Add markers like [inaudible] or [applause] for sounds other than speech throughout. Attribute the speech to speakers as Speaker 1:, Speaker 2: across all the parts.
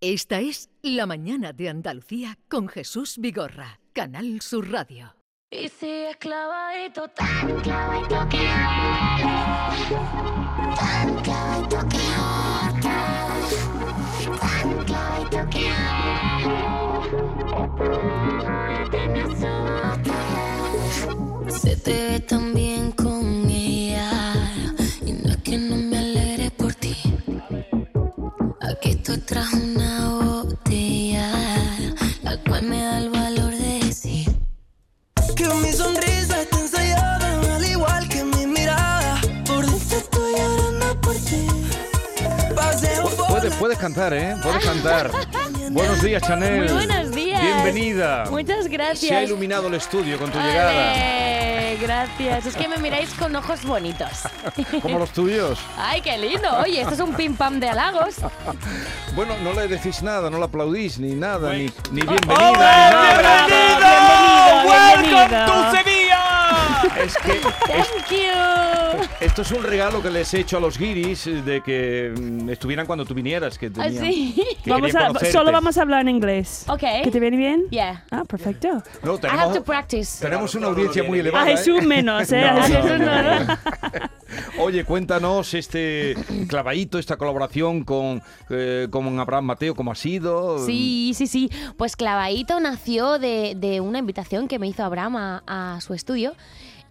Speaker 1: Esta es La Mañana de Andalucía con Jesús Vigorra, Canal Sur Radio.
Speaker 2: Y si es clavadito, tan clavadito que duele, tan clavadito que ata, tan clavadito que duele, te me asusta. Se te ve tan bien con ella, y no es que no me alegre por ti. Aquí estoy tras una botella, la cual me da el valor de decir.
Speaker 3: Que mi sonrisa está ensayada, al igual que mi mirada. Por eso estoy llorando por ti. Paseo por
Speaker 4: Puedes,
Speaker 3: la-
Speaker 4: puedes cantar, ¿eh? Puedes
Speaker 5: [laughs]
Speaker 4: cantar. Buenos días, Chanel.
Speaker 5: Muy buenos días.
Speaker 4: Bienvenida.
Speaker 5: Muchas gracias.
Speaker 4: Se ha iluminado el estudio con tu
Speaker 5: Ole,
Speaker 4: llegada.
Speaker 5: Gracias. Es que me miráis con ojos bonitos.
Speaker 4: [laughs] Como los tuyos.
Speaker 5: Ay, qué lindo. Oye, esto es un pim pam de halagos.
Speaker 4: Bueno, no le decís nada, no le aplaudís ni nada, ni, ni bienvenida,
Speaker 6: ¡Hola,
Speaker 4: ni nada.
Speaker 5: Bienvenido, bienvenido.
Speaker 6: ¡Welcome to Sevilla!
Speaker 4: Es que [laughs] es-
Speaker 5: Thank you.
Speaker 4: esto es un regalo que les he hecho a los guiris eh, de que mm, estuvieran cuando tú vinieras. Que
Speaker 5: ¿Ah,
Speaker 4: tenían,
Speaker 5: sí?
Speaker 4: que
Speaker 7: Vamos
Speaker 4: querían
Speaker 7: a,
Speaker 4: conocerte.
Speaker 7: solo vamos a hablar en inglés.
Speaker 5: Ok.
Speaker 7: ¿Que te viene bien?
Speaker 5: Yeah.
Speaker 7: Ah, perfecto.
Speaker 4: No,
Speaker 5: I have
Speaker 4: tenemos,
Speaker 5: to practice.
Speaker 4: tenemos una audiencia muy
Speaker 7: A
Speaker 4: elevada. ¿eh?
Speaker 7: Jesús menos, ¿eh?
Speaker 4: No,
Speaker 7: A
Speaker 4: no, no,
Speaker 7: Jesús
Speaker 4: no.
Speaker 7: menos. [laughs]
Speaker 4: Oye, cuéntanos este clavadito, esta colaboración con, eh, con Abraham Mateo, ¿cómo ha sido?
Speaker 5: Sí, sí, sí. Pues Clavadito nació de, de una invitación que me hizo Abraham a, a su estudio,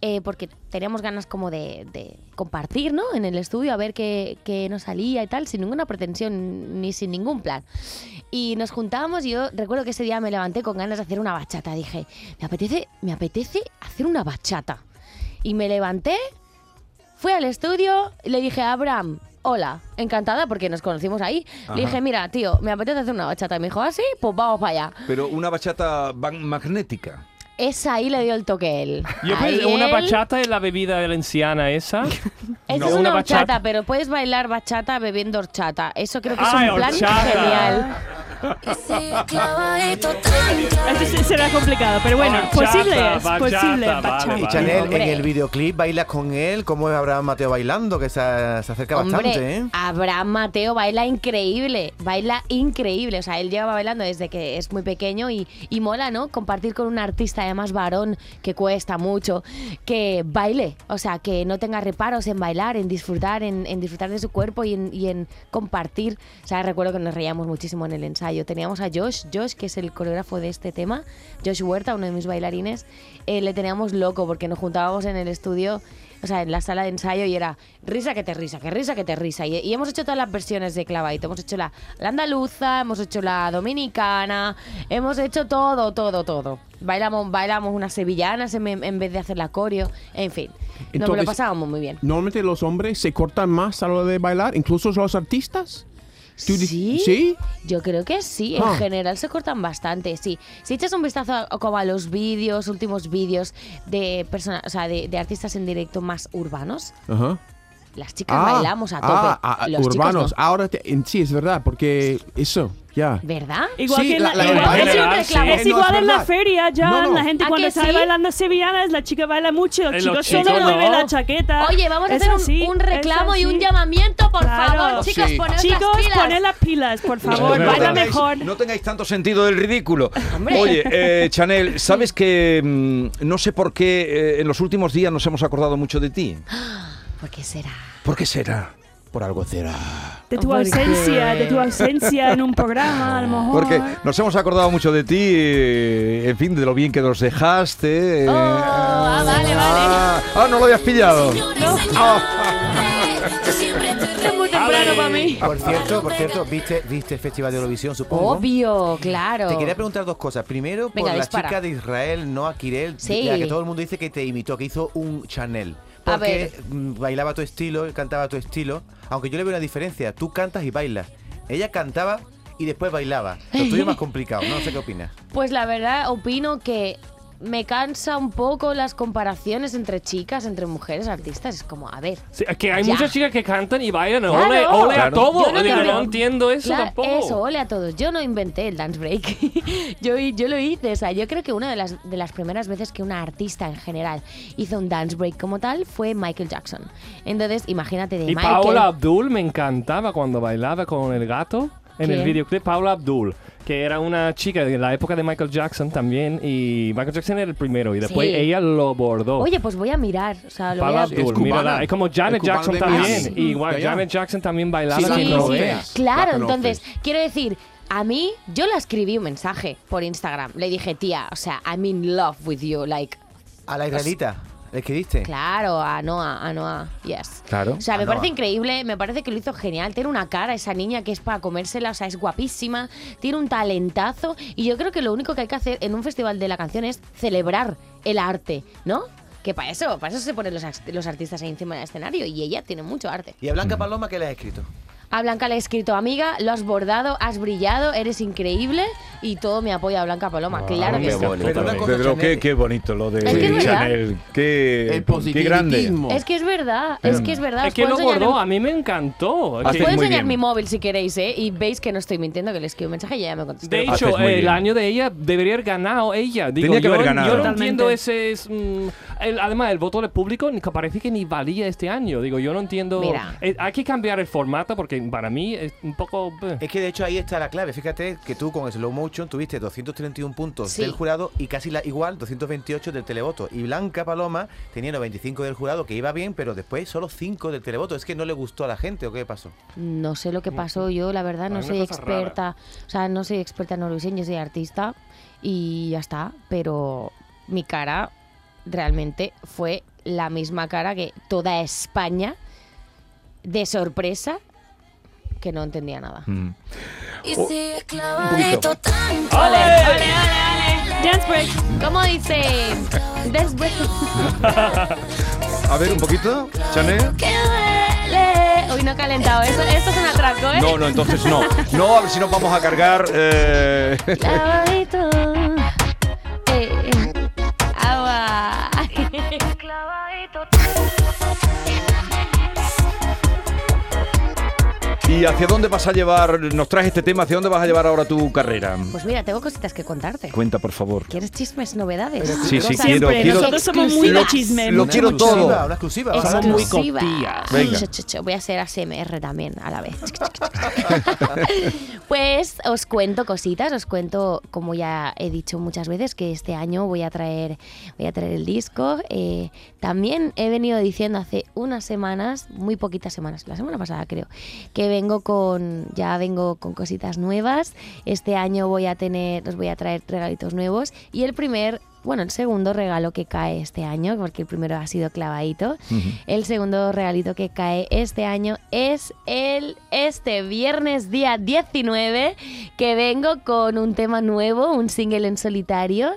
Speaker 5: eh, porque teníamos ganas como de, de compartir, ¿no? En el estudio, a ver qué, qué nos salía y tal, sin ninguna pretensión ni sin ningún plan. Y nos juntábamos y yo recuerdo que ese día me levanté con ganas de hacer una bachata. Dije, me apetece, me apetece hacer una bachata. Y me levanté, Fui al estudio y le dije a Abraham, hola, encantada porque nos conocimos ahí. Le dije, mira, tío, me apetece hacer una bachata. Y me dijo, ah, sí, pues vamos para allá.
Speaker 4: Pero una bachata ban- magnética.
Speaker 5: Esa ahí le dio el toque él.
Speaker 6: Yo
Speaker 5: Ahí
Speaker 6: pensé, ¿una
Speaker 5: él-
Speaker 6: bachata es la bebida valenciana esa?
Speaker 5: Eso
Speaker 6: No.
Speaker 5: es una
Speaker 6: Una
Speaker 5: horchata,
Speaker 6: bachata.
Speaker 5: pero puedes bailar bachata bebiendo horchata. Eso creo que es
Speaker 6: ¡Ay,
Speaker 5: un plan
Speaker 6: Ah, horchata!
Speaker 5: genial.
Speaker 2: Y si es clavadito, tan
Speaker 7: Eso
Speaker 2: clavadito
Speaker 7: sí será complicado, pero bueno,
Speaker 6: Bachata,
Speaker 7: posible es,
Speaker 6: bachata,
Speaker 7: posible es,
Speaker 6: vale,
Speaker 7: bachata.
Speaker 8: Y
Speaker 6: vale.
Speaker 8: Chanel,
Speaker 5: Hombre.
Speaker 8: en el videoclip bailas con él, como es Abraham Mateo bailando, que se, se acerca bastante,
Speaker 5: Hombre,
Speaker 8: ¿eh?
Speaker 5: Abraham Mateo baila increíble, baila increíble. O sea, él lleva bailando desde que es muy pequeño y, y mola, ¿no? Compartir con un artista, además varón, que cuesta mucho, que baile. O sea, que no tenga reparos en bailar, en disfrutar, en, en disfrutar de su cuerpo y en, y en compartir. O sea, recuerdo que nos reíamos muchísimo en el ensayo. Teníamos a Josh, Josh, que es el coreógrafo de este tema, Josh Huerta, uno de mis bailarines, eh, le teníamos loco porque nos juntábamos en el estudio o sea, en la sala de ensayo y era risa que te risa, que risa que te risa. Y, y hemos hecho todas las versiones de clavadito. Hemos hecho la, la andaluza, hemos hecho la dominicana, hemos hecho todo, todo, todo. Bailamos, bailamos unas sevillanas en, en vez de hacer la coreo, en fin. nos lo
Speaker 9: Entonces-
Speaker 5: pasábamos muy bien.
Speaker 9: [laughs] Normalmente los hombres se cortan más a lo de bailar, incluso los artistas. ¿Tú di- ¿Sí?
Speaker 5: Yo creo que sí, en
Speaker 9: Ah.
Speaker 5: general se cortan bastante, sí. Si echas un vistazo a, como a los vídeos, últimos vídeos de, persona, o sea, de, de artistas en directo más urbanos,
Speaker 9: Ajá.
Speaker 5: las chicas
Speaker 9: Ah,
Speaker 5: bailamos a tope.
Speaker 9: ah, ah,
Speaker 5: los chicos
Speaker 9: urbanos.
Speaker 5: no.
Speaker 9: Ahora te- en sí, es verdad, porque eso, ya.
Speaker 5: ¿Verdad?
Speaker 7: Igual
Speaker 9: Sí,
Speaker 7: que en
Speaker 9: la-
Speaker 7: la,
Speaker 9: la-
Speaker 7: igual-
Speaker 6: la-
Speaker 7: es
Speaker 6: la-
Speaker 7: igual-
Speaker 6: la-
Speaker 7: es
Speaker 6: la-
Speaker 7: igual,
Speaker 9: no, es
Speaker 7: en la
Speaker 9: verdad.
Speaker 7: feria ya.
Speaker 9: No, no.
Speaker 7: La gente
Speaker 5: ¿A
Speaker 7: cuando
Speaker 5: que
Speaker 7: sale
Speaker 5: sí?
Speaker 7: bailando sevillanas, la chica baila mucho, los
Speaker 6: Eh,
Speaker 7: chicos
Speaker 6: los
Speaker 7: solo
Speaker 6: chicos
Speaker 7: mueven
Speaker 6: no.
Speaker 7: la chaqueta.
Speaker 5: Oye, vamos a
Speaker 7: Es
Speaker 5: hacer un,
Speaker 7: así,
Speaker 5: un
Speaker 7: es
Speaker 5: reclamo y un
Speaker 7: así.
Speaker 5: llamamiento, por
Speaker 7: Claro.
Speaker 5: favor. Chicos,
Speaker 4: Sí.
Speaker 5: poneos
Speaker 7: Chicos,
Speaker 5: las pilas.
Speaker 7: poned las pilas, por favor,
Speaker 4: No
Speaker 7: baila
Speaker 4: tengáis-
Speaker 7: mejor.
Speaker 4: No tengáis tanto sentido del ridículo. Oye, eh, Chanel, ¿sabes que mm, no sé por qué eh, en los últimos días nos hemos acordado mucho de ti?
Speaker 5: ¿Por qué será?
Speaker 4: ¿Por qué será? Por algo será.
Speaker 7: De tu
Speaker 5: Oh, Porque- Oh.
Speaker 7: ausencia, de
Speaker 5: [laughs]
Speaker 7: tu ausencia en un programa, a lo mejor.
Speaker 4: Porque nos hemos acordado mucho de ti, eh, en fin, de lo bien que nos dejaste. eh.
Speaker 5: ah, vale, vale.
Speaker 4: Ah, ah, no lo habías pillado.
Speaker 2: Señores, señores, yo siempre te
Speaker 5: Muy temprano para mí.
Speaker 8: Por cierto, por cierto, ¿viste, viste el Festival de Eurovisión, supongo?
Speaker 5: Obvio, claro.
Speaker 8: Te quería preguntar dos cosas. Primero,
Speaker 5: Venga,
Speaker 8: por la
Speaker 5: dispara.
Speaker 8: chica de Israel, Noah Kirel,
Speaker 5: Sí.
Speaker 8: la que todo el mundo dice que te imitó, que hizo un Chanel.
Speaker 5: A
Speaker 8: Porque mm, bailaba a tu estilo, cantaba a tu estilo. Aunque yo le veo una diferencia. Tú cantas y bailas. Ella cantaba y después bailaba. Lo tuyo
Speaker 5: [laughs]
Speaker 8: es más complicado. No sé qué opinas.
Speaker 5: Pues la verdad, opino que me cansa un poco las comparaciones entre chicas, entre mujeres artistas. Es como, a ver.
Speaker 6: Sí, es que hay
Speaker 5: Ya.
Speaker 6: muchas chicas que cantan y bailan.
Speaker 5: Claro.
Speaker 6: ¡Ole, ole
Speaker 4: Claro.
Speaker 6: a todo!
Speaker 5: Yo no
Speaker 6: Digo,
Speaker 5: creo.
Speaker 6: no entiendo eso
Speaker 5: Claro,
Speaker 6: tampoco.
Speaker 5: Eso, ole a todos. Yo no inventé el dance break. [laughs] yo, yo lo hice. O sea, yo creo que una de las, de las primeras veces que una artista en general hizo un dance break como tal fue Michael Jackson. Entonces, imagínate de
Speaker 6: y
Speaker 5: Michael.
Speaker 6: Paola Abdul me encantaba cuando bailaba con el gato. en el
Speaker 5: ¿Quién?
Speaker 6: videoclip Paula Abdul, que era una chica de la época de Michael Jackson también. Y Michael Jackson era el primero y después
Speaker 5: Sí.
Speaker 6: ella lo bordó.
Speaker 5: Oye, pues voy a mirar. O sea, lo voy
Speaker 6: Paula
Speaker 5: a...
Speaker 6: Abdul,
Speaker 9: cubana.
Speaker 6: mírala. Es como Janet
Speaker 9: Es cubana
Speaker 6: Jackson
Speaker 9: de
Speaker 6: también.
Speaker 9: Miami.
Speaker 6: Y igual,
Speaker 9: Ya, ya.
Speaker 6: Janet Jackson también bailaba.
Speaker 9: Sí,
Speaker 6: en
Speaker 9: la
Speaker 6: los
Speaker 5: Sí,
Speaker 9: conoces.
Speaker 6: 90.
Speaker 5: sí. Claro,
Speaker 9: La conoces.
Speaker 5: entonces, quiero decir, a mí, yo la escribí un mensaje por Instagram. Le dije, tía, o sea, I'm in love with you. Like,
Speaker 8: A la israelita. ¿Le escribiste?
Speaker 5: claro, a Noah, a Noah, yes.
Speaker 8: Claro.
Speaker 5: O sea, me
Speaker 8: A
Speaker 5: parece
Speaker 8: Noah.
Speaker 5: increíble, me parece que lo hizo genial. Tiene una cara esa niña que es para comérsela, o sea, es guapísima, tiene un talentazo. Y yo creo que lo único que hay que hacer en un festival de la canción es celebrar el arte, ¿no? Que para eso, para eso se ponen los, ax- los artistas ahí encima del escenario y ella tiene mucho arte.
Speaker 8: ¿Y a Blanca Paloma qué le has escrito?
Speaker 5: A Blanca le he escrito, amiga, lo has bordado, has brillado, eres increíble y todo mi apoyo a Blanca
Speaker 8: Ah,
Speaker 5: Paloma. claro que
Speaker 8: qué
Speaker 5: sí.
Speaker 8: bonito. Pero una cosa,
Speaker 4: Pedro, qué,
Speaker 8: Chanel,
Speaker 4: qué bonito lo de
Speaker 5: Es que es verdad.
Speaker 4: Chanel. Qué,
Speaker 9: El
Speaker 4: qué grande.
Speaker 9: positivismo.
Speaker 5: Es que es verdad, es que es verdad.
Speaker 6: Es
Speaker 5: Os
Speaker 6: que
Speaker 5: puedo
Speaker 6: lo
Speaker 5: enseñar
Speaker 6: bordó,
Speaker 5: mi-
Speaker 6: a mí me encantó.
Speaker 5: os
Speaker 4: Haces
Speaker 5: puedo
Speaker 4: muy
Speaker 5: Pues enseñar
Speaker 4: bien.
Speaker 5: mi móvil si queréis, ¿eh? Y veis que no estoy mintiendo, que le escribo un mensaje y ella me contestó.
Speaker 6: De
Speaker 4: Haces
Speaker 6: hecho,
Speaker 4: muy
Speaker 6: el
Speaker 4: bien.
Speaker 6: año de ella debería haber ganado ella. Digo,
Speaker 4: Tenía que
Speaker 6: yo,
Speaker 4: haber ganado.
Speaker 6: Yo no
Speaker 7: Totalmente.
Speaker 6: entiendo ese... es, mm, el- además, el voto del público ni- que parece que ni valía este año. Digo, yo no entiendo...
Speaker 5: Mira.
Speaker 6: Eh, hay que cambiar el formato porque para mí es un poco... eh.
Speaker 8: Es que de hecho ahí está la clave. Fíjate que tú con Slow Motion tuviste 231 puntos
Speaker 5: Sí.
Speaker 8: del jurado y casi la igual 228 del televoto. Y Blanca Paloma tenía 95 del jurado, que iba bien, pero después solo 5 del televoto. Es que no le gustó a la gente o qué pasó.
Speaker 5: No sé lo que pasó yo, la verdad, no
Speaker 6: Hay una
Speaker 5: soy
Speaker 6: cosa
Speaker 5: experta. O sea, no soy experta en Eurovisión, yo soy artista y ya está. Pero mi cara realmente fue la misma cara que toda España de sorpresa que no entendía nada.
Speaker 4: Mm.
Speaker 2: Y
Speaker 4: Oh,
Speaker 2: sigue
Speaker 4: poquito.
Speaker 2: clavadito tanto.
Speaker 7: Dance break.
Speaker 5: ¿Cómo dice? Después
Speaker 4: A ver, un poquito, Chanel.
Speaker 5: que duele. eh, Uy, no he calentado. Eso, eso es un atraco, ¿eh?
Speaker 4: No, no, entonces no. No, a ver si nos vamos a cargar. eh, [laughs]
Speaker 5: Clavadito. Eh, eh. Agua.
Speaker 4: ¿Y hacia dónde vas a llevar? Nos traes este tema, ¿hacia dónde vas a llevar ahora tu carrera?
Speaker 5: Pues mira, tengo cositas que contarte.
Speaker 4: Cuenta, por favor.
Speaker 5: ¿Quieres chismes, novedades?
Speaker 4: Sí, sí,
Speaker 5: Cosas
Speaker 4: quiero,
Speaker 7: Siempre,
Speaker 4: quiero.
Speaker 7: nosotros somos muy
Speaker 4: lo-
Speaker 7: de chisme.
Speaker 4: lo
Speaker 8: Una
Speaker 4: quiero
Speaker 8: exclusiva,
Speaker 4: todo.
Speaker 8: Una exclusiva.
Speaker 6: Somos muy
Speaker 5: exclusivas.
Speaker 6: cotillas.
Speaker 4: Venga.
Speaker 5: Cho, cho, cho. Voy a hacer ASMR también a la vez. [laughs] pues os cuento cositas, os cuento, como ya he dicho muchas veces, que este año voy a traer, voy a traer el disco. Eh, también he venido diciendo hace unas semanas, muy poquitas semanas, la semana pasada creo, que vengo con, ya vengo con cositas nuevas. Este año voy a tener, os voy a traer regalitos nuevos y el primer bueno, el segundo regalo que cae este año, porque el primero ha sido clavadito, el segundo regalito que cae este año es el este viernes día 19, que vengo con un tema nuevo, un single en solitario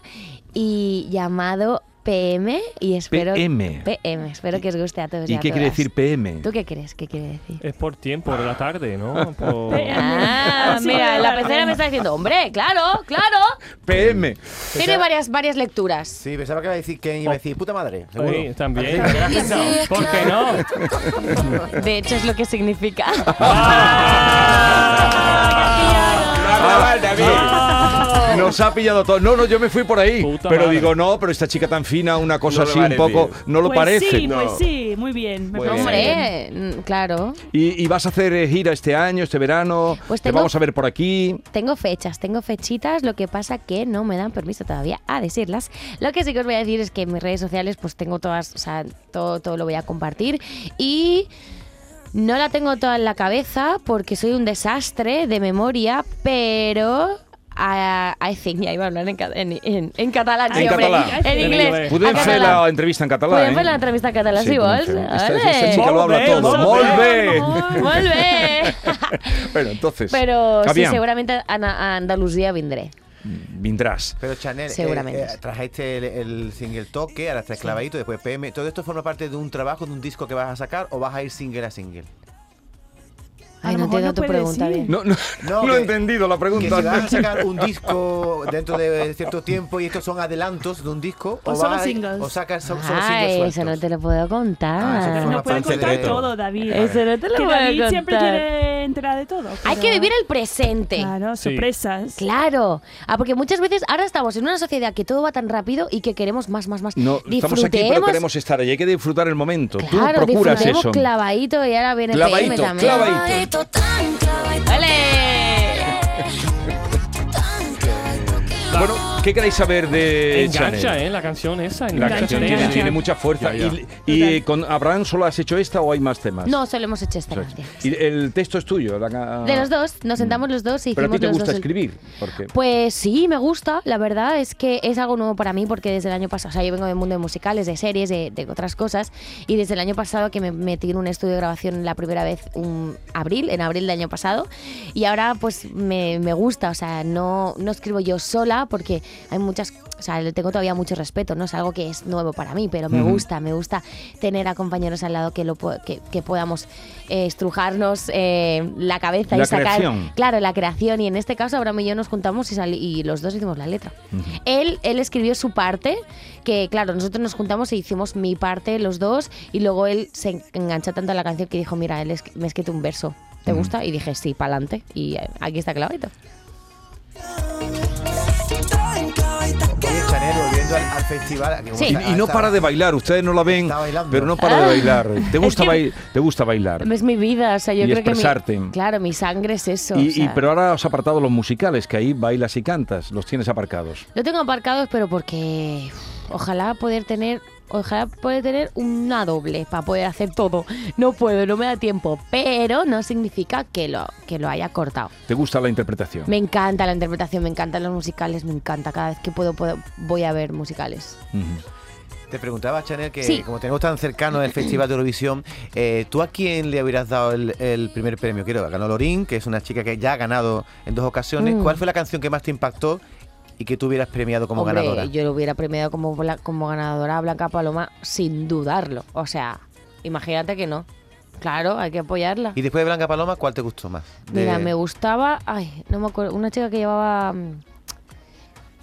Speaker 5: y llamado PM y espero
Speaker 4: PM.
Speaker 5: PM, espero que os guste a todos.
Speaker 4: ¿Y
Speaker 5: a
Speaker 4: qué quiere
Speaker 5: todas.
Speaker 4: decir PM?
Speaker 5: ¿Tú qué crees? ¿Qué quiere decir?
Speaker 6: Es por tiempo de la tarde, ¿no? Por-
Speaker 5: Ah,
Speaker 7: Así
Speaker 5: mira,
Speaker 7: que
Speaker 5: la
Speaker 7: vale.
Speaker 5: pecera me está diciendo, hombre, claro, claro.
Speaker 4: PM.
Speaker 5: Tiene varias, varias lecturas.
Speaker 8: Sí, pensaba que iba a decir que iba a decir puta madre. Seguro.
Speaker 6: Sí, también.
Speaker 2: Sí, es
Speaker 6: ¿Por qué
Speaker 2: clavadito
Speaker 6: no?
Speaker 5: De hecho, es lo
Speaker 4: [laughs]
Speaker 5: que significa.
Speaker 6: Ah.
Speaker 4: Ah. [laughs] Nos ha pillado todo. No, no, yo me fui por ahí.
Speaker 6: Puta
Speaker 4: pero
Speaker 6: madre.
Speaker 4: digo, no, pero esta chica tan fina, una cosa
Speaker 9: No le
Speaker 4: así un
Speaker 9: vale,
Speaker 4: poco,
Speaker 9: tío.
Speaker 4: no lo
Speaker 7: pues
Speaker 4: parece.
Speaker 7: Sí, pues sí, muy bien. Me
Speaker 4: Muy
Speaker 7: parece
Speaker 4: bien.
Speaker 7: bien.
Speaker 5: Hombre, mm, claro.
Speaker 4: Y, y vas a hacer eh, gira este año, este verano.
Speaker 5: Pues
Speaker 4: Te
Speaker 5: tengo-
Speaker 4: vamos a ver por aquí.
Speaker 5: Tengo fechas, tengo fechitas, lo que pasa que no me dan permiso todavía a decirlas. Lo que sí que os voy a decir es que en mis redes sociales pues tengo todas, o sea, todo, todo lo voy a compartir y no la tengo toda en la cabeza porque soy un desastre de memoria, pero... ah, I think, ya iba a hablar en, ca- en, en- en catalán, sí,
Speaker 4: En
Speaker 5: hombre,
Speaker 4: catalán.
Speaker 5: en
Speaker 6: En
Speaker 5: inglés.
Speaker 6: inglés.
Speaker 4: Podem
Speaker 5: Eh, a
Speaker 4: fer
Speaker 5: catalán.
Speaker 4: la entrevista en català,
Speaker 5: Podem
Speaker 4: eh?
Speaker 5: fer l'entrevista en català, si
Speaker 4: podem
Speaker 5: vols.
Speaker 4: fer. Esta,
Speaker 5: Vale.
Speaker 4: esta chica lo
Speaker 6: Molt
Speaker 4: habla
Speaker 6: bé,
Speaker 4: todo.
Speaker 6: molt
Speaker 4: Molt
Speaker 6: bé.
Speaker 4: bé.
Speaker 5: Molt bé.
Speaker 4: [laughs] Bueno, entonces,
Speaker 5: Pero sí,
Speaker 4: aviam,
Speaker 5: seguramente a, Na- a Andalucía vendré.
Speaker 4: vindràs.
Speaker 8: Pero Chanel, eh,
Speaker 5: Seguramente.
Speaker 8: eh, trajiste el, el single toque, ahora está clavadito, después PM. ¿Todo esto forma parte de un trabajo, de un disco que vas a sacar o vas a ir single a single?
Speaker 7: A
Speaker 5: Ay,
Speaker 7: lo
Speaker 5: no
Speaker 7: mejor
Speaker 5: entiendo
Speaker 7: no
Speaker 5: tu
Speaker 7: puede
Speaker 5: pregunta
Speaker 7: decir.
Speaker 5: bien.
Speaker 4: No, no,
Speaker 8: No,
Speaker 4: no, he
Speaker 8: que-
Speaker 4: entendido la
Speaker 8: Que si vas
Speaker 4: pregunta. [laughs]
Speaker 8: a sacar un disco dentro de cierto tiempo y estos son adelantos de un disco
Speaker 7: O
Speaker 8: vas
Speaker 7: solo
Speaker 8: a-
Speaker 7: singles.
Speaker 8: o sacas so- solo singles
Speaker 5: Ay, Ah, eso
Speaker 8: sueltos.
Speaker 5: no te lo puedo
Speaker 8: Ah,
Speaker 5: contar.
Speaker 8: eso
Speaker 7: No
Speaker 8: Forma
Speaker 7: puede
Speaker 8: parte
Speaker 7: contar
Speaker 8: de-
Speaker 7: todo, David.
Speaker 5: Eso no te lo
Speaker 7: que
Speaker 5: puedo
Speaker 7: David siempre
Speaker 5: contar.
Speaker 7: quiere enterar de todo.
Speaker 5: Hay
Speaker 7: pero-
Speaker 5: que vivir el presente.
Speaker 7: Claro,
Speaker 6: Sí.
Speaker 7: sorpresas.
Speaker 5: Claro. Ah, porque muchas veces ahora estamos en una sociedad que todo va tan rápido y que queremos más, más, más.
Speaker 4: No, estamos aquí, pero
Speaker 5: Disfrutemos-
Speaker 4: queremos estar allí. Hay que disfrutar el momento.
Speaker 5: Claro,
Speaker 4: Tú procuras
Speaker 5: disfrutemos
Speaker 4: eso.
Speaker 5: clavadito y ahora viene
Speaker 4: Clavadito,
Speaker 5: PM también.
Speaker 4: clavadito.
Speaker 2: tan clavadito
Speaker 5: ¡Ole!
Speaker 4: Bueno, ¿qué queréis saber de
Speaker 6: Engancha,
Speaker 4: Chanel?
Speaker 6: ¿eh? La canción esa.
Speaker 4: La
Speaker 6: engancha,
Speaker 4: canción tiene,
Speaker 6: engancha.
Speaker 4: tiene mucha fuerza.
Speaker 9: Ya, ya.
Speaker 4: ¿Y, y, eh, con Abraham solo has hecho esta o hay más temas?
Speaker 5: No, solo hemos hecho esta canción.
Speaker 4: Y el texto es tuyo. la ca-
Speaker 5: De los dos, nos sentamos los dos y
Speaker 4: Mm. Pero a ti
Speaker 5: hicimos
Speaker 4: te
Speaker 5: los
Speaker 4: gusta
Speaker 5: dos el-
Speaker 4: escribir. Porque...
Speaker 5: Pues sí, me gusta. La verdad es que es algo nuevo para mí porque desde el año pasado, o sea, yo vengo del mundo de musicales, de series, de, de otras cosas. Y desde el año pasado que me metí en un estudio de grabación la primera vez, un abril, en abril del año pasado. Y ahora pues me, me gusta, o sea, no, no escribo yo sola porque hay muchas... O sea, le tengo todavía mucho respeto, ¿no? Es algo que es nuevo para mí, pero me gusta, me gusta tener a compañeros al lado que, lo, po- que, que podamos eh, estrujarnos eh, la cabeza
Speaker 4: La
Speaker 5: y sacar...
Speaker 4: creación.
Speaker 5: Claro, la creación. Y en este caso, Abraham y yo nos juntamos y, sali- y los dos hicimos la letra. él, él escribió su parte, que claro, nosotros nos juntamos e hicimos mi parte, los dos. Y luego él se en- enganchó tanto a la canción que dijo, mira, él es- me ha escrito un verso. ¿Te gusta? Y dije, sí, pa'lante. Y eh, aquí está clavito.
Speaker 8: Oye, Chanel, volviendo al, al festival. a que
Speaker 5: Sí.
Speaker 4: Y,
Speaker 8: está-
Speaker 4: y no
Speaker 8: está-
Speaker 4: para de bailar, ustedes no la ven,
Speaker 8: Está bailando.
Speaker 4: pero no para de
Speaker 5: Ah.
Speaker 4: bailar.
Speaker 5: [laughs]
Speaker 4: ¿Te gusta,
Speaker 5: que-
Speaker 4: bail- te gusta bailar?
Speaker 5: Es mi vida, o sea, yo
Speaker 4: Y
Speaker 5: creo que...
Speaker 4: expresarte.
Speaker 5: Mi, claro, mi sangre es eso.
Speaker 4: Y-
Speaker 5: o
Speaker 4: y-
Speaker 5: sea.
Speaker 4: pero ahora has apartado los musicales, que ahí bailas y cantas, los tienes aparcados.
Speaker 5: Lo tengo aparcados, pero porque uf, ojalá poder tener, ojalá poder tener una doble para poder hacer todo. No puedo, no me da tiempo, pero no significa que lo que lo haya cortado.
Speaker 4: ¿Te gusta la interpretación?
Speaker 5: Me encanta la interpretación, me encantan los musicales, me encanta cada vez que puedo, puedo- voy a ver musicales.
Speaker 4: Ujú.
Speaker 8: Te preguntaba, Chanel, que
Speaker 5: Sí.
Speaker 8: como tenemos tan cercano el Festival de Eurovisión, eh, ¿tú a quién le hubieras dado el, el primer premio? Quiero, ganó Lorín, que es una chica que ya ha ganado en dos ocasiones.
Speaker 5: Mm.
Speaker 8: ¿Cuál fue la canción que más te impactó y que tú hubieras premiado como
Speaker 5: Hombre,
Speaker 8: ganadora?
Speaker 5: yo lo hubiera premiado como bla- como ganadora a Blanca Paloma sin dudarlo. O sea, imagínate que no. Claro, hay que apoyarla.
Speaker 8: Y después de Blanca Paloma, ¿cuál te gustó más? De-
Speaker 5: Mira, me gustaba. Ay, no me acuerdo. Una chica que llevaba. mm,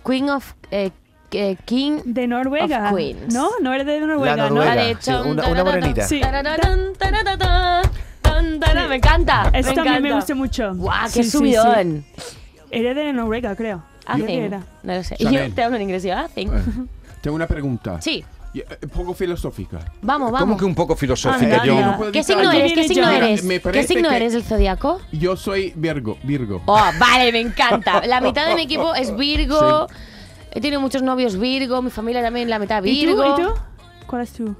Speaker 5: Queen of. eh, eh, King.
Speaker 7: De Noruega.
Speaker 5: Of Queens.
Speaker 7: No, no eres de Noruega,
Speaker 8: La
Speaker 5: La
Speaker 8: Noruega.
Speaker 7: ¿no?
Speaker 5: de
Speaker 8: sí, una- una morenita.
Speaker 7: Sí.
Speaker 5: Tarararán, tarararán, tan, tará. Me encanta.
Speaker 7: Eso
Speaker 5: me
Speaker 7: también me
Speaker 5: encanta.
Speaker 7: gusta mucho.
Speaker 5: ¡Guau! ¡Qué
Speaker 7: Sí, sí, sí.
Speaker 5: subidón! Ah,
Speaker 7: Eres de Noruega, creo.
Speaker 5: I
Speaker 7: Yo creo que
Speaker 5: think.
Speaker 7: era.
Speaker 5: No lo sé.
Speaker 4: Chanel.
Speaker 5: Yo te hablo en inglés. y Yo, I think.
Speaker 9: Tengo una pregunta.
Speaker 5: Sí,
Speaker 9: Y, eh, Un poco filosófica.
Speaker 5: vamos,
Speaker 4: ¿Cómo
Speaker 5: vamos.
Speaker 4: que un poco filosófica,
Speaker 7: Anda,
Speaker 4: John?
Speaker 7: anda.
Speaker 9: puedo
Speaker 5: ¿Qué
Speaker 9: evitar-
Speaker 5: signo
Speaker 7: Yo
Speaker 5: eres? ¿Qué
Speaker 7: vine
Speaker 5: signo
Speaker 7: yo.
Speaker 5: eres?
Speaker 9: Me
Speaker 5: ¿Qué
Speaker 9: parece
Speaker 5: signo
Speaker 9: que-
Speaker 5: eres del zodiaco?
Speaker 9: Yo soy Virgo, Virgo.
Speaker 5: Oh, vale, me encanta. La mitad de mi equipo es Virgo. He tenido muchos novios Virgo. Mi familia también, la mitad
Speaker 7: ¿Y tú?
Speaker 5: Virgo.
Speaker 7: ¿Y tú? ¿Cuál es tú?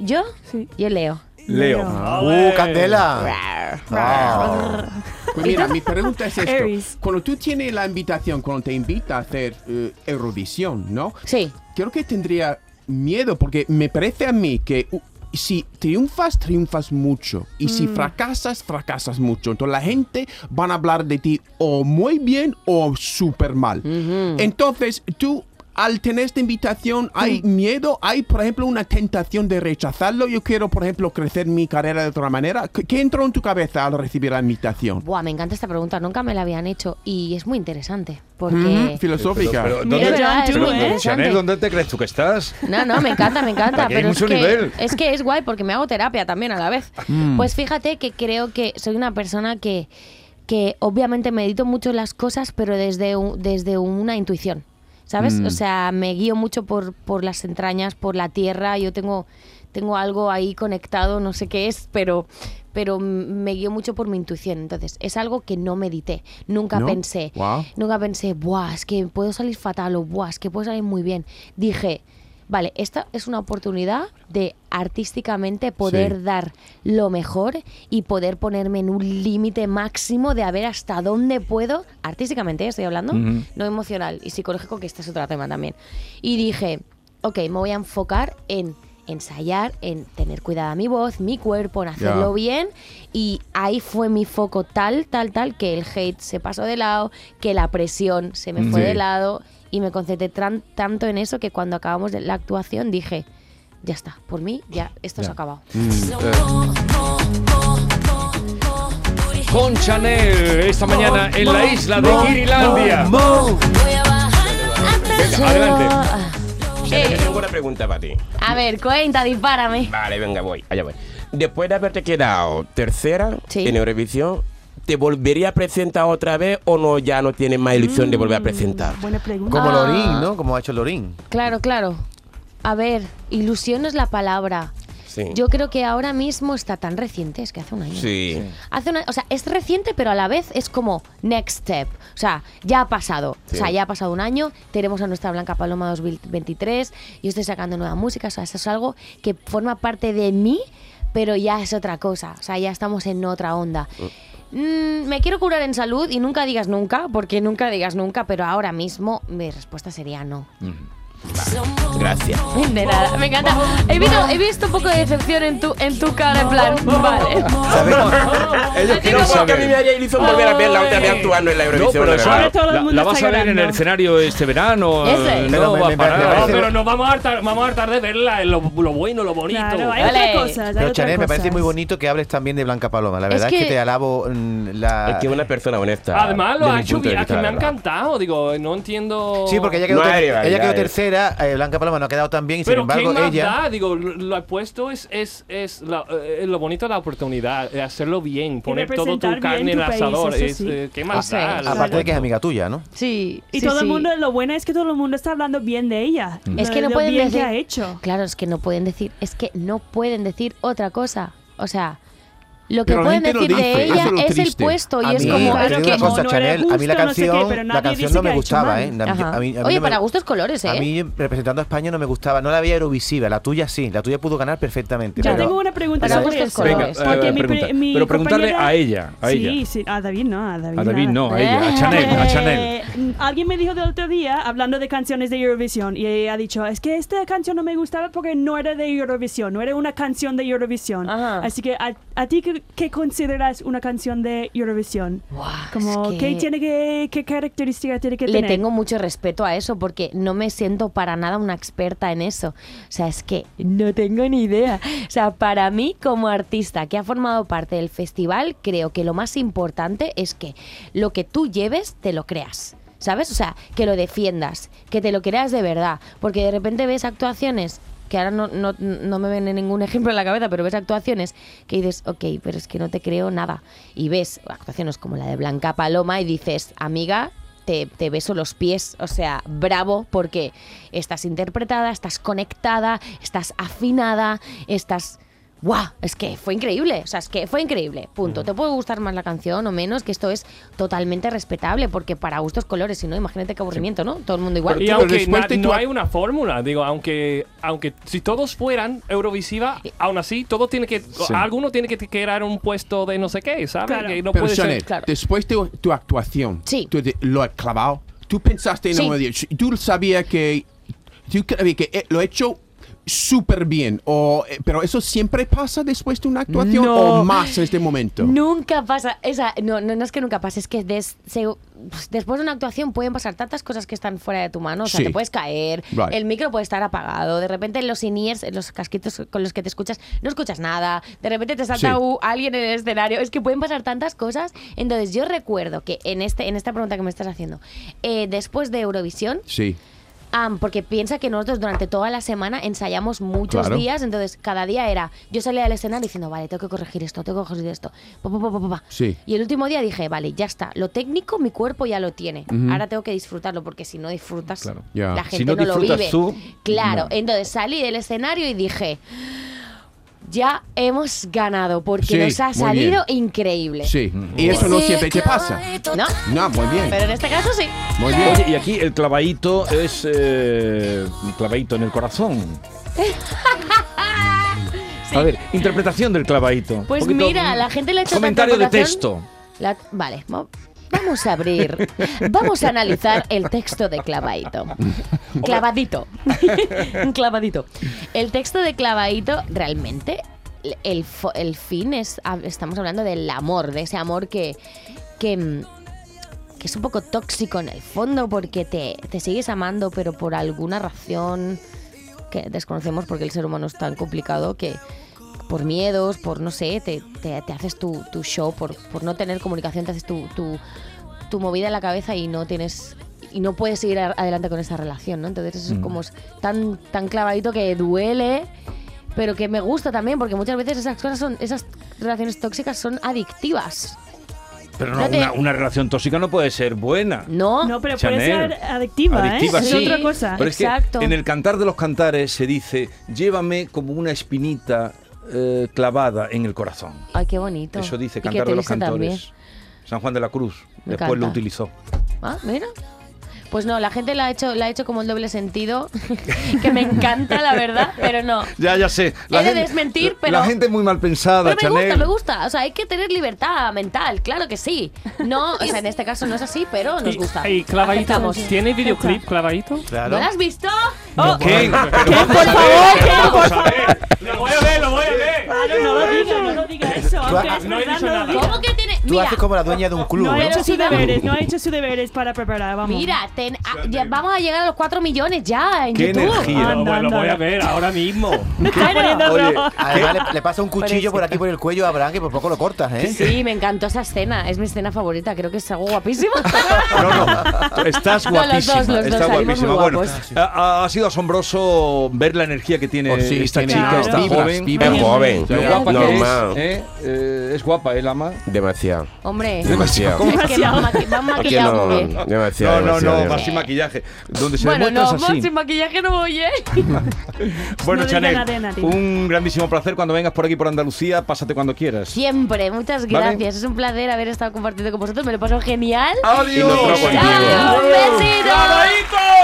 Speaker 5: ¿Yo?
Speaker 7: Sí.
Speaker 5: Yo leo.
Speaker 4: Leo. Ah,
Speaker 8: ¡Uh, Candela! Ah.
Speaker 9: Pues mira, mi pregunta
Speaker 7: [laughs]
Speaker 9: es esto.
Speaker 7: Aries.
Speaker 9: Cuando tú tienes la invitación, cuando te invita a hacer eh, Eurovisión, ¿no?
Speaker 5: Sí.
Speaker 9: Creo que tendría miedo porque me parece a mí que
Speaker 7: uh,
Speaker 9: u- si triunfas, triunfas mucho. Y si fracasas, fracasas mucho. Entonces la gente van a hablar de ti o muy bien o súper mal. Entonces tú... Al tener esta invitación, hay miedo, hay, por ejemplo, una tentación de rechazarlo. Yo quiero, por ejemplo, crecer mi carrera de otra manera. ¿Qué, qué entró en tu cabeza al recibir la invitación?
Speaker 5: Buah, me encanta esta pregunta, nunca me la habían hecho y es muy interesante
Speaker 9: Mm,
Speaker 5: porque...
Speaker 9: filosófica.
Speaker 4: Pero,
Speaker 5: Mira,
Speaker 4: ¿dónde,
Speaker 5: ¿verdad? Es
Speaker 4: pero,
Speaker 5: muy interesante.
Speaker 4: Chanel, ¿dónde te crees tú que estás?
Speaker 5: No, no, me encanta, me encanta.
Speaker 4: Aquí hay
Speaker 5: pero es,
Speaker 4: mucho
Speaker 5: que,
Speaker 4: nivel. Mm.
Speaker 5: es que es guay porque me hago terapia también a la vez. Pues fíjate que creo que soy una persona que, que obviamente medito mucho las cosas, pero desde, un- desde una intuición.
Speaker 4: Mm.
Speaker 5: ¿Sabes? O sea, me guío mucho por, por las entrañas, por la tierra. Yo tengo, tengo algo ahí conectado, no sé qué es, pero, pero me guío mucho por mi intuición. Entonces, es algo que no medité. Nunca
Speaker 9: ¿No?
Speaker 5: pensé.
Speaker 9: Guau.
Speaker 5: Nunca pensé, buah, es que puedo salir fatal o buah, es que puedo salir muy bien. Dije, vale, esta es una oportunidad de artísticamente poder
Speaker 9: Sí.
Speaker 5: dar lo mejor y poder ponerme en un límite máximo de a ver hasta dónde puedo, artísticamente ¿eh? estoy hablando,
Speaker 4: Ujú.
Speaker 5: no emocional y psicológico, que este es otro tema también. Y dije, ok, me voy a enfocar en ensayar, en tener cuidado a mi voz, mi cuerpo, en
Speaker 9: Ya.
Speaker 5: hacerlo bien. Y ahí fue mi foco tal, tal, tal, que el hate se pasó de lado, que la presión se me fue
Speaker 9: Sí.
Speaker 5: de lado. Y me concentré tran- tanto en eso que cuando acabamos de la actuación dije, ya está, por mí, ya, esto se ha acabado.
Speaker 4: Con Chanel, esta mañana en la isla de Kirilandia.
Speaker 2: Voy a bajar hasta
Speaker 10: Venga, adelante.
Speaker 5: [laughs] Eh.
Speaker 10: Yo tengo una pregunta para ti.
Speaker 5: A ver, cuenta, dispárame.
Speaker 10: Vale, venga, voy. Allá voy. Después de haberte quedado tercera
Speaker 5: Sí.
Speaker 10: en Eurovisión, ¿te volvería a presentar otra vez o no ya no tienes más ilusión de volver a presentar?
Speaker 7: Buena pregunta.
Speaker 8: Como
Speaker 5: Ah.
Speaker 8: Lorín, ¿no? Como ha hecho Lorín.
Speaker 5: Claro, claro. A ver, ilusión es la palabra.
Speaker 10: Sí.
Speaker 5: Yo creo que ahora mismo está tan reciente, es que hace un año.
Speaker 10: Sí.
Speaker 5: Hace una, o sea, es reciente, pero a la vez es como next step. O sea, ya ha pasado.
Speaker 10: Sí.
Speaker 5: O sea, ya ha pasado un año, tenemos a nuestra Blanca Paloma 2023, yo estoy sacando nueva música, o sea, eso es algo que forma parte de mí, pero ya es otra cosa. O sea, ya estamos en otra onda. Mm, me quiero curar en salud y nunca digas nunca, porque nunca digas nunca, pero ahora mismo mi respuesta sería no.
Speaker 10: Gracias.
Speaker 5: De nada, me encanta. He visto, he visto un poco de decepción en tu, en tu cara, en plan, vale.
Speaker 10: [laughs] Ellos quieren saber. a mí me haría ilusión volver a ver la otra vez actuando en la
Speaker 4: No,
Speaker 10: Eurovisión.
Speaker 4: pero
Speaker 10: la
Speaker 4: eso-
Speaker 10: verdad.
Speaker 4: la, la vas a ver en el escenario este verano. eh,
Speaker 5: Ese.
Speaker 8: Pero
Speaker 4: No
Speaker 8: me-
Speaker 4: va
Speaker 8: me-
Speaker 4: a
Speaker 8: me
Speaker 6: No,
Speaker 4: parar.
Speaker 8: parece-
Speaker 6: pero nos vamos a hartar, vamos a hartar de verla, eh, lo, lo bueno, lo bonito.
Speaker 7: Claro, hay
Speaker 5: Vale.
Speaker 7: otras cosas. hay
Speaker 8: Pero
Speaker 7: otras
Speaker 8: Chanel, me parece
Speaker 7: cosas.
Speaker 8: muy bonito que hables también de Blanca Paloma. La
Speaker 5: Es
Speaker 8: verdad es que,
Speaker 5: que-
Speaker 8: te alabo mm, la.
Speaker 10: Es que es una persona honesta.
Speaker 6: Además, lo
Speaker 10: desde
Speaker 6: ha
Speaker 10: mi
Speaker 6: hecho
Speaker 10: punto de
Speaker 6: bien,
Speaker 10: vista,
Speaker 6: que
Speaker 10: la
Speaker 6: me ha
Speaker 10: verdad.
Speaker 6: encantado. Digo, no entiendo.
Speaker 8: Sí, porque ella quedó,
Speaker 10: No
Speaker 8: ter-
Speaker 10: hay
Speaker 8: ella
Speaker 10: rivalidad,
Speaker 8: quedó
Speaker 10: eh.
Speaker 8: tercera, eh, Blanca Paloma no ha quedado tan bien y sin
Speaker 6: Pero
Speaker 8: embargo
Speaker 6: ¿quién más
Speaker 8: ella...
Speaker 6: da? Digo, lo, lo puesto es, es, es la- eh, lo bonito de la oportunidad, de hacerlo bien, poner todo
Speaker 7: representar
Speaker 6: tu
Speaker 7: bien
Speaker 6: carne en el
Speaker 7: tu país,
Speaker 6: asador.
Speaker 7: eso
Speaker 6: es,
Speaker 7: sí.
Speaker 6: eh, ¿Qué más
Speaker 5: Eso
Speaker 6: da?
Speaker 5: es.
Speaker 6: La-
Speaker 8: Aparte de que es amiga tuya, ¿no?
Speaker 5: Sí.
Speaker 7: Y
Speaker 5: sí,
Speaker 7: todo el
Speaker 5: sí.
Speaker 7: mundo, lo bueno es que todo el mundo está hablando bien de ella.
Speaker 4: Mm.
Speaker 5: Es que no
Speaker 7: lo
Speaker 5: pueden
Speaker 7: bien
Speaker 5: decir.
Speaker 7: que ha hecho.
Speaker 5: Claro, es que no pueden decir. Es que no pueden decir otra cosa. O sea, lo que
Speaker 9: Pero la
Speaker 5: pueden
Speaker 9: gente lo
Speaker 5: decir
Speaker 9: dice,
Speaker 5: de
Speaker 9: eso
Speaker 5: ella
Speaker 9: es lo
Speaker 5: es el
Speaker 9: triste.
Speaker 5: puesto y
Speaker 8: a
Speaker 5: es
Speaker 8: mí,
Speaker 5: como.
Speaker 8: te
Speaker 7: claro
Speaker 8: digo
Speaker 7: que
Speaker 8: una cosa,
Speaker 7: no era
Speaker 8: Chanel, a mí la
Speaker 7: justo, no sé qué,
Speaker 8: canción,
Speaker 7: pero
Speaker 8: la
Speaker 7: nadie
Speaker 8: canción
Speaker 7: dice
Speaker 8: no
Speaker 7: que
Speaker 8: me
Speaker 7: ha hecho
Speaker 8: gustaba,
Speaker 7: mal.
Speaker 8: ¿eh? A mí-
Speaker 5: Ajá.
Speaker 8: a mí- a mí
Speaker 5: Oye,
Speaker 8: no me-
Speaker 5: para gustos colores, ¿eh?
Speaker 8: A mí representando a España no me gustaba, no la veía Eurovisiva, la tuya sí, la tuya pudo ganar perfectamente.
Speaker 5: Yo
Speaker 7: Yo
Speaker 8: pero-
Speaker 7: tengo una pregunta
Speaker 5: Para
Speaker 7: sobre
Speaker 5: gustos
Speaker 7: eso.
Speaker 5: colores.
Speaker 4: Venga, eh, pregunta. Pero preguntarle a ella, a
Speaker 7: sí,
Speaker 4: ella.
Speaker 7: sí, a David no, a David.
Speaker 4: A David
Speaker 7: nada.
Speaker 4: no, a ella, a Chanel, a Chanel.
Speaker 7: Eh, alguien me dijo del otro día, hablando de canciones de Eurovisión, y ella ha dicho, es que esta canción no me gustaba porque no era de Eurovisión, no era una canción de Eurovisión.
Speaker 5: Ajá.
Speaker 7: Así que, ¿a, a ti qué, qué consideras una canción de Eurovisión?
Speaker 5: Buah, es
Speaker 7: Como,
Speaker 5: que-
Speaker 7: ¿qué, tiene que, ¿Qué característica tiene que
Speaker 5: Le
Speaker 7: tener?
Speaker 5: tengo mucho respeto a eso porque no me siento para nada una experta en eso. O sea, es que no tengo ni idea. O sea, para mí como artista que ha formado parte del festival, creo que lo más importante es que lo que tú lleves te lo creas. ¿Sabes? O sea, que lo defiendas, que te lo creas de verdad. Porque de repente ves actuaciones que ahora no, no, no me viene ningún ejemplo en la cabeza, pero ves actuaciones que dices, ok, pero es que no te creo nada. Y ves actuaciones como la de Blanca Paloma y dices, amiga, te, te beso los pies, o sea, bravo, porque estás interpretada, estás conectada, estás afinada, estás... ¡Guau! Es que fue increíble, o sea, es que fue increíble,
Speaker 9: Mm.
Speaker 5: punto. Te puede gustar más la canción o menos, que esto es totalmente respetable, porque para gustos colores, si no, imagínate qué aburrimiento, ¿no? Todo el mundo igual.
Speaker 6: Y
Speaker 9: Pero
Speaker 6: aunque
Speaker 9: después
Speaker 6: na-
Speaker 9: de
Speaker 6: no
Speaker 9: tu-
Speaker 6: hay una fórmula, digo, aunque aunque si todos fueran Eurovisiva, aún así todo tiene que alguno tiene que crear un puesto de no sé qué, ¿sabes?
Speaker 7: Claro.
Speaker 6: Que no
Speaker 9: Pero
Speaker 6: puede ser-
Speaker 9: Chanel,
Speaker 5: claro.
Speaker 9: después de tu actuación,
Speaker 5: Sí.
Speaker 9: tú "Este te- lo has clavado. Tú pensaste en
Speaker 5: Sí.
Speaker 9: algo de- Tú sabías que. Tú creías que eh, lo he hecho súper bien. O, eh, pero eso siempre pasa después de una actuación
Speaker 5: No.
Speaker 9: o más en este momento.
Speaker 5: Nunca pasa. Esa, no, no, no es que nunca pase, es que des- se- pues, después de una actuación pueden pasar tantas cosas que están fuera de tu mano. O sea,
Speaker 9: Sí.
Speaker 5: te puedes caer,
Speaker 9: Right.
Speaker 5: el micro puede estar apagado, de repente los in-ears, los casquitos con los que te escuchas, no escuchas nada, de repente te salta
Speaker 9: Sí.
Speaker 5: u- alguien en el escenario. Es que pueden pasar tantas cosas. Entonces, yo recuerdo que en, este, en esta pregunta que me estás haciendo, eh, después de Eurovisión,
Speaker 9: Sí.
Speaker 5: Am, porque piensa que nosotros durante toda la semana ensayamos muchos
Speaker 9: Claro.
Speaker 5: días, entonces cada día era, yo salía del escenario diciendo, vale, tengo que corregir esto, tengo que corregir esto. pa, pa, pa, pa, pa, pa.
Speaker 9: Sí.
Speaker 5: Y el último día dije, vale, ya está, lo técnico mi cuerpo ya lo tiene, ahora tengo que disfrutarlo, porque si no disfrutas,
Speaker 4: Claro.
Speaker 9: Ya.
Speaker 5: la
Speaker 9: Si
Speaker 5: gente
Speaker 4: no
Speaker 5: no, lo
Speaker 4: disfrutas
Speaker 5: vive.
Speaker 4: tú,
Speaker 5: claro,
Speaker 4: no.
Speaker 5: entonces salí del escenario y dije, ya hemos ganado, porque
Speaker 9: Sí,
Speaker 5: nos ha
Speaker 9: muy
Speaker 5: salido increíble.
Speaker 9: Sí. Y eso no siempre te pasa.
Speaker 5: ¿No?
Speaker 9: No, muy bien.
Speaker 5: Pero en este caso sí.
Speaker 9: Muy bien.
Speaker 4: Oye, y aquí el clavadito es eh, un clavadito en el
Speaker 5: [laughs]
Speaker 4: corazón. A ver, interpretación del clavadito.
Speaker 5: Pues
Speaker 4: Un poquito,
Speaker 5: mira, la gente le ha hecho
Speaker 4: comentario
Speaker 5: tanta
Speaker 4: de
Speaker 5: interpretación.
Speaker 4: texto.
Speaker 5: La- vale, va- vamos a abrir,
Speaker 4: [laughs]
Speaker 5: vamos a analizar el texto de Clavadito. Clavadito, un [laughs] clavadito. El texto de Clavadito realmente el, fo- el fin es, hab- estamos hablando del amor, de ese amor que que mm, que es un poco tóxico en el fondo porque te, te sigues amando pero por alguna razón que desconocemos porque el ser humano es tan complicado que por miedos, por no sé, te, te- te haces tu, tu show, por, por no tener comunicación, te haces tu, tu, tu movida en la cabeza y no tienes y no puedes seguir a- adelante con esa relación, ¿no? Entonces
Speaker 4: Mm.
Speaker 5: eso es como es tan, tan clavadito que duele, pero que me gusta también, porque muchas veces esas cosas son, esas relaciones tóxicas son adictivas.
Speaker 4: Pero
Speaker 5: No
Speaker 4: no,
Speaker 5: te-
Speaker 4: una, una relación tóxica no puede ser buena.
Speaker 5: No,
Speaker 7: No, pero puede
Speaker 4: Chanel.
Speaker 7: ser adictiva,
Speaker 4: Adictiva,
Speaker 7: ¿eh?
Speaker 4: sí.
Speaker 7: Es otra cosa.
Speaker 4: Pero es
Speaker 5: Exacto.
Speaker 4: que en el cantar de los cantares se dice, llévame como una espinita eh, clavada en el corazón.
Speaker 5: Ay, qué bonito.
Speaker 4: Eso dice
Speaker 5: Y qué
Speaker 4: Cantar de los
Speaker 5: triste también.
Speaker 4: Cantores. San Juan de la Cruz.
Speaker 5: Me
Speaker 4: Después lo
Speaker 5: encanta.
Speaker 4: utilizó.
Speaker 5: Ah, mira. Pues no, la gente la ha hecho, la ha hecho como el doble sentido, [laughs] que me encanta, la verdad, pero no.
Speaker 4: Ya, ya sé.
Speaker 5: He de desmentir,
Speaker 4: la-
Speaker 5: pero-
Speaker 4: La gente es muy mal pensada,
Speaker 5: Pero me gusta,
Speaker 4: Chanel.
Speaker 5: me gusta. O sea, hay que tener libertad mental, claro que sí. No, o sea, en este caso no es así, pero nos gusta.
Speaker 6: Y clavadito.
Speaker 5: Aceptamos.
Speaker 6: ¿Tiene videoclip clavadito?
Speaker 5: ¿No lo
Speaker 8: Claro.
Speaker 5: has visto?
Speaker 4: ¿Qué?
Speaker 7: Por favor, Ken, por favor.
Speaker 6: Lo voy a ver, lo voy a ver.
Speaker 7: Claro, no lo diga, no
Speaker 4: [laughs]
Speaker 7: lo diga eso. Aunque es
Speaker 8: has-
Speaker 6: no he
Speaker 7: verdad,
Speaker 6: dicho
Speaker 7: no lo
Speaker 6: nada.
Speaker 7: diga.
Speaker 5: ¿Cómo que tiene?
Speaker 8: Tú
Speaker 5: Mira,
Speaker 8: haces como la dueña de un club.
Speaker 7: No ha
Speaker 8: ¿no?
Speaker 7: hecho
Speaker 5: sí
Speaker 7: sus
Speaker 5: da-
Speaker 7: deberes, no ha hecho sus deberes para preparar, vamos.
Speaker 5: mira, ten- ah, ya vamos a llegar a los 4 millones ya en
Speaker 4: Qué
Speaker 5: YouTube.
Speaker 4: energía.
Speaker 6: Lo,
Speaker 7: Anda,
Speaker 6: lo
Speaker 7: anda.
Speaker 6: voy a ver ahora mismo.
Speaker 7: [laughs] Está poniendo
Speaker 4: Oye,
Speaker 7: rojo.
Speaker 8: Además, le,
Speaker 7: [laughs]
Speaker 8: le pasa un cuchillo por aquí por el cuello a Abraham que por poco lo cortas, ¿eh?
Speaker 5: Sí, me encantó esa escena. Es mi escena favorita. Creo que es algo guapísimo.
Speaker 4: No, no, estás
Speaker 5: No, los
Speaker 4: guapísima.
Speaker 5: dos, los dos
Speaker 4: estás
Speaker 5: salimos
Speaker 4: guapísima.
Speaker 5: muy
Speaker 4: Bueno,
Speaker 5: guapos.
Speaker 4: ha, ha sido asombroso ver la energía que tiene
Speaker 9: Oh, sí,
Speaker 4: esta
Speaker 9: tiene-
Speaker 4: chica,
Speaker 7: claro.
Speaker 4: esta
Speaker 9: Vibras,
Speaker 4: joven.
Speaker 9: vibras.
Speaker 10: Es joven.
Speaker 9: Sí.
Speaker 4: Lo guapa que
Speaker 10: Normal.
Speaker 4: es, ¿eh? Eh, es guapa, ¿eh, Lama?
Speaker 10: Demasiado.
Speaker 5: Hombre,
Speaker 10: Demasiado.
Speaker 5: es que van maqui- van
Speaker 10: Aquí no,
Speaker 5: maquillados muy bien.
Speaker 10: Demasiado.
Speaker 4: no, no, no,
Speaker 10: demasiado,
Speaker 4: más sin maquillaje. Donde se
Speaker 5: Bueno,
Speaker 4: demuestra
Speaker 5: no,
Speaker 4: es así.
Speaker 5: sin maquillaje no voy, ¿eh?
Speaker 4: Bueno,
Speaker 7: No diga
Speaker 4: Chanel,
Speaker 7: nada de nadie.
Speaker 4: un grandísimo placer. Cuando vengas por aquí, por Andalucía, pásate cuando quieras.
Speaker 5: Siempre, muchas
Speaker 4: Vale.
Speaker 5: gracias. Es un placer haber estado compartiendo con vosotros. Me lo paso genial.
Speaker 4: ¡Adiós!
Speaker 10: nosotros
Speaker 5: Chao,
Speaker 10: contigo.
Speaker 5: ¡Un besito!
Speaker 6: ¡Clavadito!